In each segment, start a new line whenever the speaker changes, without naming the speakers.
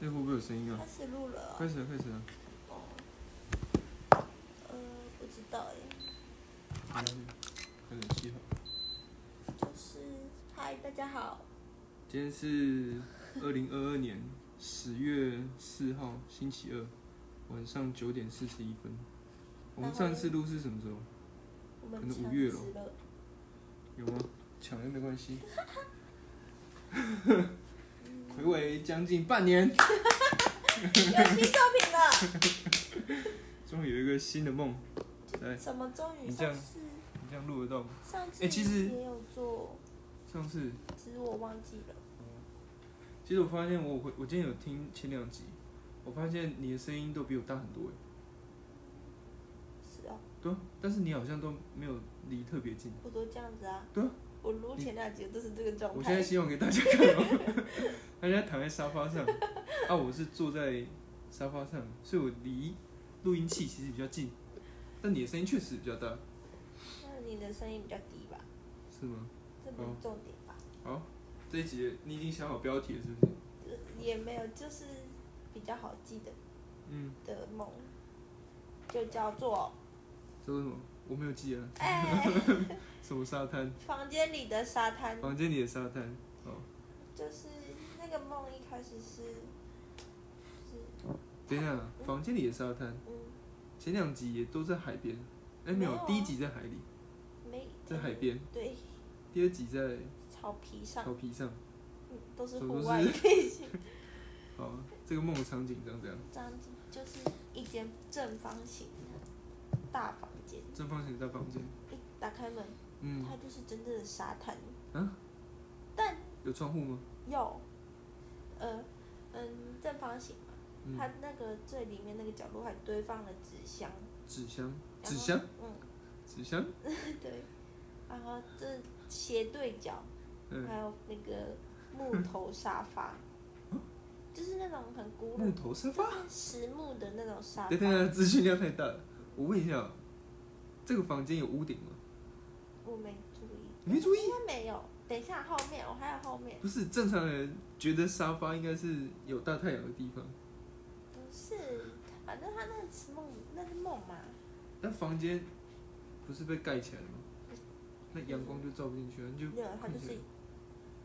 有声音啊？
开始录了、
开始了，开始了。
哦，呃，不知道耶，
嗯开始气候。
就是嗨，大家好，
今天是二零二二年十月四号，星期二，晚上九点四十一分。我们上次录是什么时候？
我们
可能
强
五月
词 了，
有吗？抢又没关系。回违将近半年，
有新作品了，
终于有一个新的梦。 对，
什么终于
你这
上
样
次
你这样录得到吗？
上次
哎其实
也有做，
上次
只是我忘记了，
其实我发现我回我今天有听前两集，我发现你的声音都比我大很多哎。
是哦，
对啊、但是你好像都没有离特别近。
我都这样子啊，
对啊
我录前两集都是这个状
我现在
态，
希望给大家看哦， 大家躺在沙发上，啊，我是坐在沙发上，所以我离录音器其实比较近，但你的声音确实比较大，
那你的声音比较低吧，
是吗？
这不
哦
是重点吧，
好，这一集你已经想好标题了是不是？
呃也没有，就是比较好记的
嗯，
的梦，就叫做
说什么？我没有记啊，
哎。
什么沙滩？
房间里的沙滩，
房间里的沙滩。哦，
就是那个梦一开始是，是
等一下啊，房间里的沙滩，
嗯
前两集也都在海边，哎、没有，
没有啊
第一集在海里，
没
在海边，
对
第二集在
草皮上，
草皮上。
嗯都是
什么
户
都
外
是
类型
好，这个梦的场景长这样。
这样子，就是一间正方形的大房间，
正方形的大房间，
一打开门，
嗯，
它就是真正的沙滩，
啊，
但
有窗户吗？
有，呃嗯正方形嘛，
嗯，
它那个最里面那个角落还堆放了纸箱，
纸箱，
然
纸
后
箱，
嗯
纸箱，
对，然后这斜对角。
嗯，
还有那个木头沙发，就是那种很古
嗯木
老、
头沙发。
实木的那种沙
等等
发。
等，资讯量太大了。我问一下，这个房间有屋顶吗？
我没注意，
没注意。
应该没有。等一下，后面我还有后面，
不是正常人觉得沙发应该是有大太阳的地方，
不是，反正他那个是梦，那是梦嘛。
但房间不是被盖起来了吗？那阳光就照不进去了，你就
没有，它就是，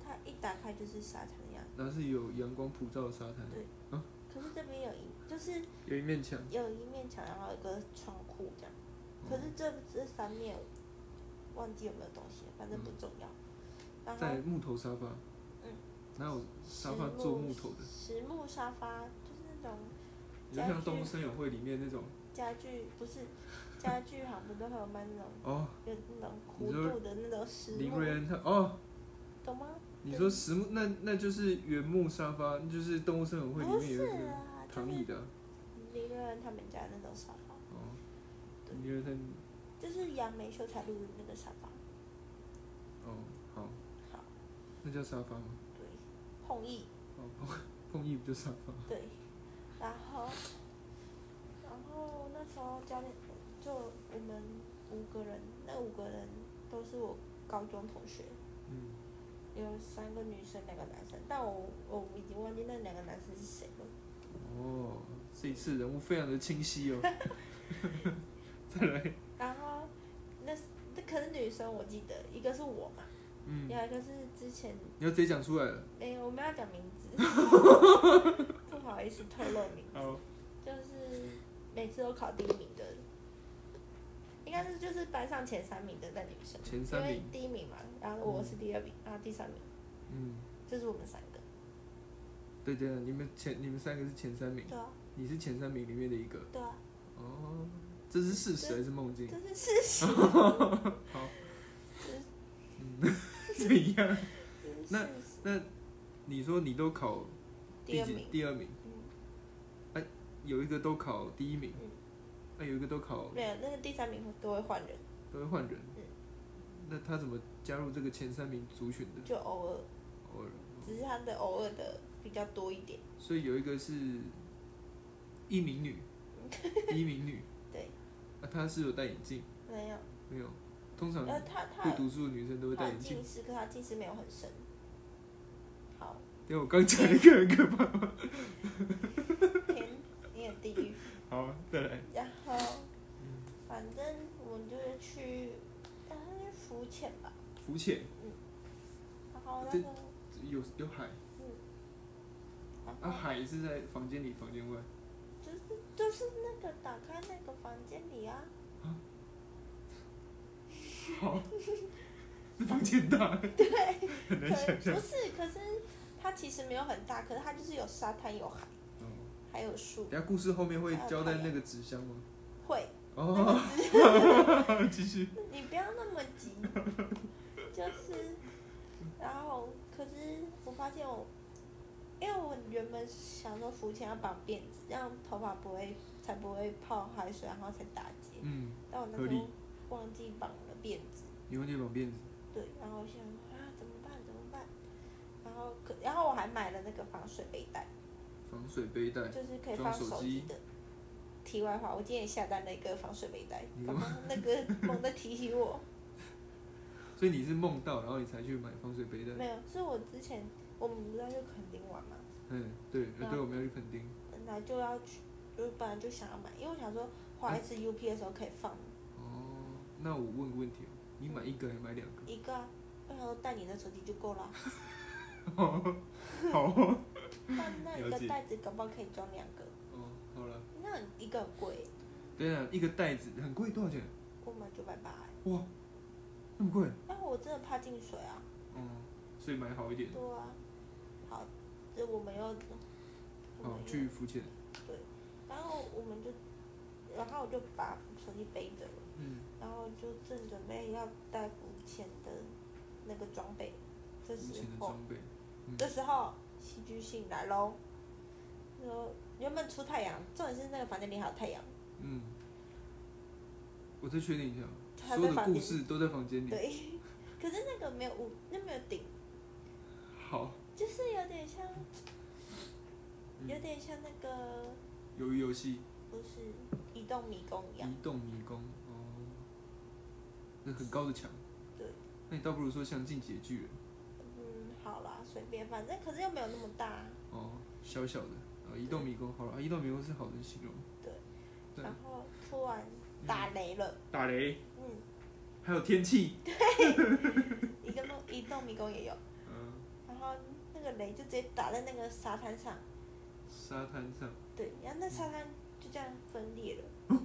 它一打开就是沙滩一样。
然后是有阳光普照的沙滩，
对可是这边有一，就是
有一面墙，
有一面墙，然后有一个窗户这样。
哦
可是这这三面，忘记有没有东西了，反正不重要。然后
在木头沙发，
嗯，
哪有沙发做木头的？
实木沙发就是那种
你就像动物森友会里面那种
家具，不是家具行不都会有卖那种
哦，
有那种
你
弧
说
度的那种实
林
木
瑞，恩他哦，
懂吗？
你说实木那那就是原木沙发，那就是动物森友会里
不
面
是
有一个
啊，就
躺
是
椅的啊
林瑞恩他们家那种沙发，
哦，
对
林瑞恩
就是杨梅秀才录的那个沙发，
他哦好，
好，
那叫沙发吗？
对，碰意，
哦碰碰椅不就沙发？
对，然后，然后那时候教练就我们五个人，那五个人都是我高中同学，
嗯，
有三个女生，两个男生，但我我已经忘记那两个男生是谁了。
哦，这一次人物非常的清晰哦。 再来，
然后那那可是女生，我记得一个是我嘛，
嗯，
另外一个是之前
你要直接讲出来了。
哎、我们要讲名 字，不好意思透露名字，
好，
就是每次都考第一名的，应该是就是班上前三名的那女生，
前三
因为
名，
第一名嘛，然后我是第二名，然后第三名
嗯，
就是我们三个，
对对啊对，你们前你们三个是前三名，
对啊
你是前三名里面的一个。
对啊，
哦，这是事实还是梦境？
这是事实，
好，
这
嗯， 怎样？
这是
那
事实，
你说你都考
第
第
二
几
名？，
第二名，
嗯。
有一个都考第一名
嗯，
那、有一个都考
没有，那个第三名都会换人，
都会换人
嗯。
那他怎么加入这个前三名族群的？
就偶尔，
偶尔，
只是他的偶尔的比较多一点。
所以有一个是一 名女，一名女。
对，
那、她是有戴眼镜
没有，
没有？通常
呃，他
嗯会
他
读书的女生都会
他
戴
有
眼镜
近。视，可他近视没有很深。好，
对，我刚讲那个很可怕吗？好，再来。
然后，
嗯
反正我们就是去，然后去浮潜吧。
浮潜
然后那
这
时候，
有有海啊，
然后
海是在房间里，房间外。
就是就是那个打开那个房间里 啊，
好，是房 间大。对。很难
可
想象
不。是，可是它其实没有很大，可是它就是有沙滩、有海，
哦
还有树
等。一下故事后面会交代那个纸箱吗？
会，
哦， 继续。
你不要那么 急，就是，然后可是我发现我，因为我原本想说浮潜要绑辫子，让头发不会才不会泡海水，然后才打结。
嗯，
但我那
合
时
理
候忘记绑了辫子，
你用那绑辫子。
对，然后我想啊怎么办怎么办，然后可然后我还买了那个防水背带，
防水背带，
就是可以
装
放
手
手
机
机的。题外话，我今天也下单了一个防水背带，
你
刚刚那个 猛地提醒我。
所以你是梦到，然后你才去买防水背带。
没有，是我之前我们不是要去垦丁玩嘛，
嗯，对，
然
呃
后
对，我们要去垦丁。
本来就要去，就本来就想要买，因为我想说花一次 UP 的时候可以放
哦，那我问个问题哦，你买一个还是买两 个？
一个、啊，我想说带你的手机就够了啊，
好哦，
但那一
了
个
解
袋子搞不好可以装两个，
哦，好了，
那一个很贵，
等一下一个袋子很贵，多少钱？
我买九百八哎，
哇，那么贵？
但我真的怕进水啊，
嗯，所以买好一点。
对啊，好，这我们又，我
好
们，又
哦去浮潜。
然后我们就，然后我就把手机背着了，
嗯，
然后就正准备要带浮潜的那个装备，这时
浮潜的
候
装嗯备。
这时候戏剧性来喽。说原本出太阳，重点是那个房间里还有太阳，
嗯，我再确定一下，
他
所有
在
的
房
故
间
事都在房间里。
对。 可是那个没有屋，那没有顶，
好，
就是有点像，
嗯
有点像那个
鱿鱼游戏，
不是移动迷宫一样
移，动迷宫，哦，那很高的墙。
对。
那你倒不如说像进击的巨人，
嗯，好啦，随便，反正可是又没有那么大，
哦，小小的，哦，移动迷宫，好了，啊移动迷宫是好的形容。
对。
对嗯
然，后突然打雷了，
打雷，
嗯，
还有天气，
一个动移动迷宫也有，
嗯，
然后那个雷就直接打在那个沙滩上，
沙滩上，
对，然后那沙滩就这样分裂了。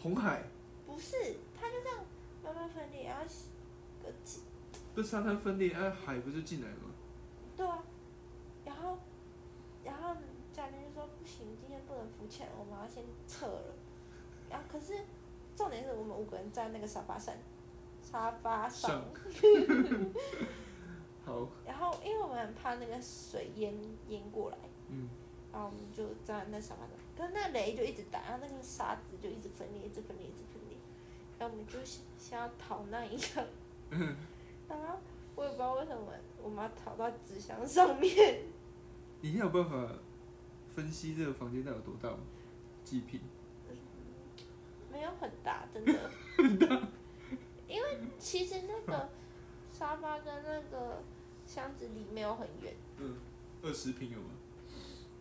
红海，
不是，它就这样慢慢分裂，然后洗呃起
这沙滩分裂，哎、海不就进来吗？
对啊，然后然后教练就说不行，今天不能浮潜，我们要先撤了。然后可是重点是我们五个人在那个沙发上，沙发上，
上好，
然后因为我们很怕那个水淹淹过来，
嗯，
然啊后我们就站在那沙发上，可是那雷就一直打，然后那个沙子就一直分裂，一直分裂，一直分裂，然后我们就想想要逃难一样，然后我也不知道为什么我们要逃到纸箱上面，
你现在有办法分析这个房间到底有多大吗？几平？
没有很大，真的，很大，因为其实那个沙发跟那个箱子离没有很远，
嗯，二十平有吗？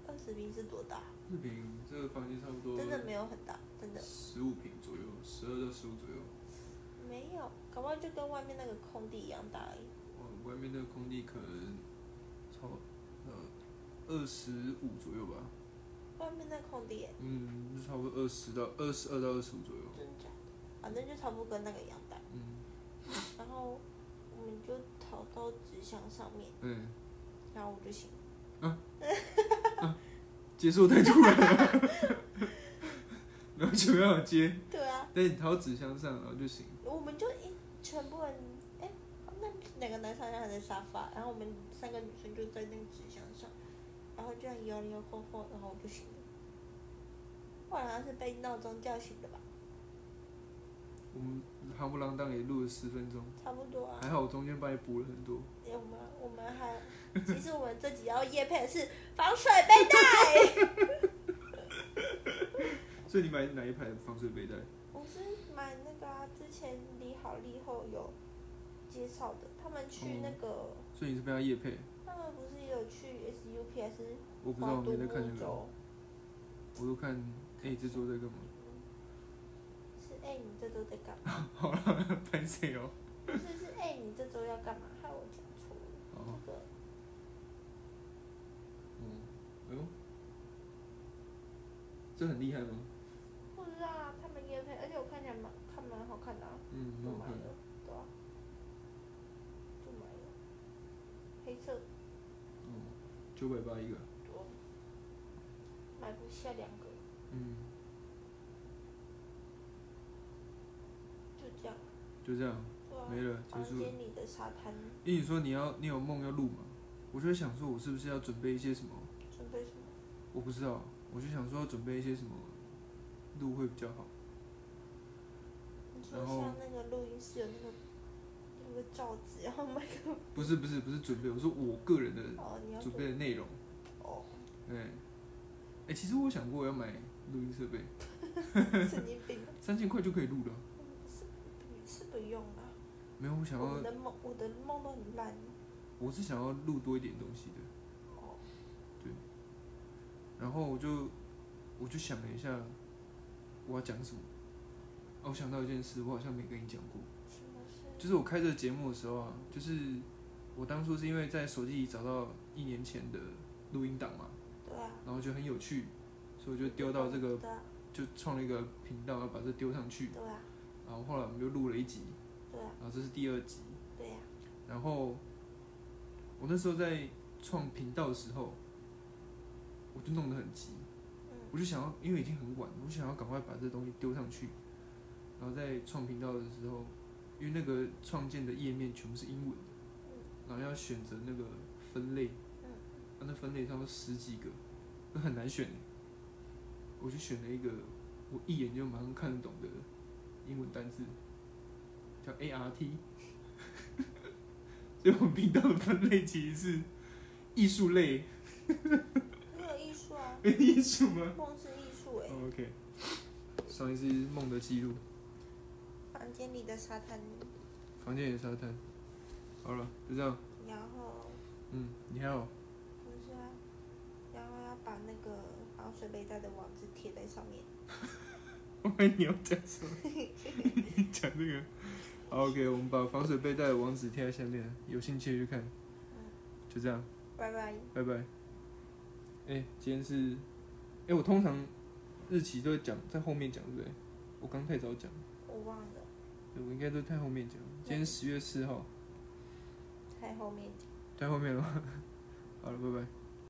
二十平是多大？
四平，这个房间差不多
真的没有很大，真的
十五平左右，十二到十五左右。
没有，搞不好就跟外面那个空地一样大而已。
我外面那个空地可能超呃二十五左右吧，
外面那空地耶、
嗯，就差不多二十到二十二到二十五左右。
真假的，反正就差不多跟那个一样大。
嗯，
然后我们就逃到纸箱上面，
对，
然后我就醒了。
结束太突然了， 然后就要接，
对啊，
但你逃纸箱上然后就行。
我们就一全部人，哎、那两个男生还在沙发，然后我们三个女生就在那个纸箱上，然后这样摇摇晃晃，然后我就醒了。我好像是被闹钟叫醒的吧，
我们夯不啷当也录了十分钟，
差不多啊。
还好我中间帮你补了很多。
哎我们我们还，其实我们这集要夜配的是防水背带，
所以你买哪一排的防水背带？
我是买那个、啊、之前理好利后有介绍的，他们去那个，
所以你是被他夜配？
他们不是有去 SUPS
嗯我不知道，
花
我
都
没在看
木
这个，
走，
我都看哎、一直做这个吗？
是哎、你这周在干 嘛？
好了，拍谁哦？
不是是哎、你这周要干嘛？害我讲错了。
哦，
这个
嗯，哎呦，这很厉害吗？
不知道啊，他们也配，而且我看起来蛮看蛮好看的啊，
嗯，
就
很
买
好看。
了，对啊，就买了，黑色
嗯，九百八一个。
多，买不下两个，
嗯，
就这样，
就这样
对啊
没。了，结
房
束了。
间里的沙滩，
因为你说你要你有梦要录嘛，我就在想说，我是不是要准备一些什么？
准备什么？
我不知道，啊我就想说要准备一些什么录会比较好。
你说
然后
像那个录音室有那个有个罩子，然后麦克
不是不是不是准备，我说我个人的
哦，你要
准
做
备的内容。
哦，
哎、哎、其实我想过我要买录音设备，
神经病，
三千块就可以录了。
是是不用啦。
没有，我想
我
要，
的梦，我的梦都很烂
我是想要录多一点东西的。
哦，
然后我就我就想了一下，我要讲什么。哦，我想到一件事，我好像没跟你讲过。
什么？
就是是我开这个节目的时候啊，就是我当初是因为在手机里找到一年前的录音档嘛，
对啊，
然后觉得很有趣，所以我就丢到这个，
对啊，
就创了一个频道，要把这丢上去。
对啊，
然后后来我们就录了一集，
对啊，
然后这是第二集。
对啊，
然后我那时候在创频道的时候，我就弄得很急，
嗯
我就想要，因为已经很晚，我想要赶快把这东西丢上去。然后在创频道的时候，因为那个创建的页面全部是英文的，然后要选择那个分类，
嗯
啊、那分类上有十几个，那很难选耶。欸我就选了一个我一眼就马上看得懂的英文单字，叫 ART。所以我们频道的分类其实是艺术类，
很有艺术啊，
艺术吗？
梦是艺术哎。
哦 OK，上一次梦的记录，
房间里的沙滩，
房间也沙滩。好了，就这样。
然后
嗯，你还有
不是啊，然后要把那个防水杯带的网子贴在上面。
我以 为你要讲什么？ 你讲这个。好 OK，我们把防水背带的网址贴在下面，有兴趣去看。就这样，
拜拜。
拜拜。哎、今天是，哎、我通常日期都会讲在后面讲，对不对？我刚太早讲，
我忘了，
对我应该都太后面讲。今天十月四号，
在后面讲。
太后面了。好了，拜拜。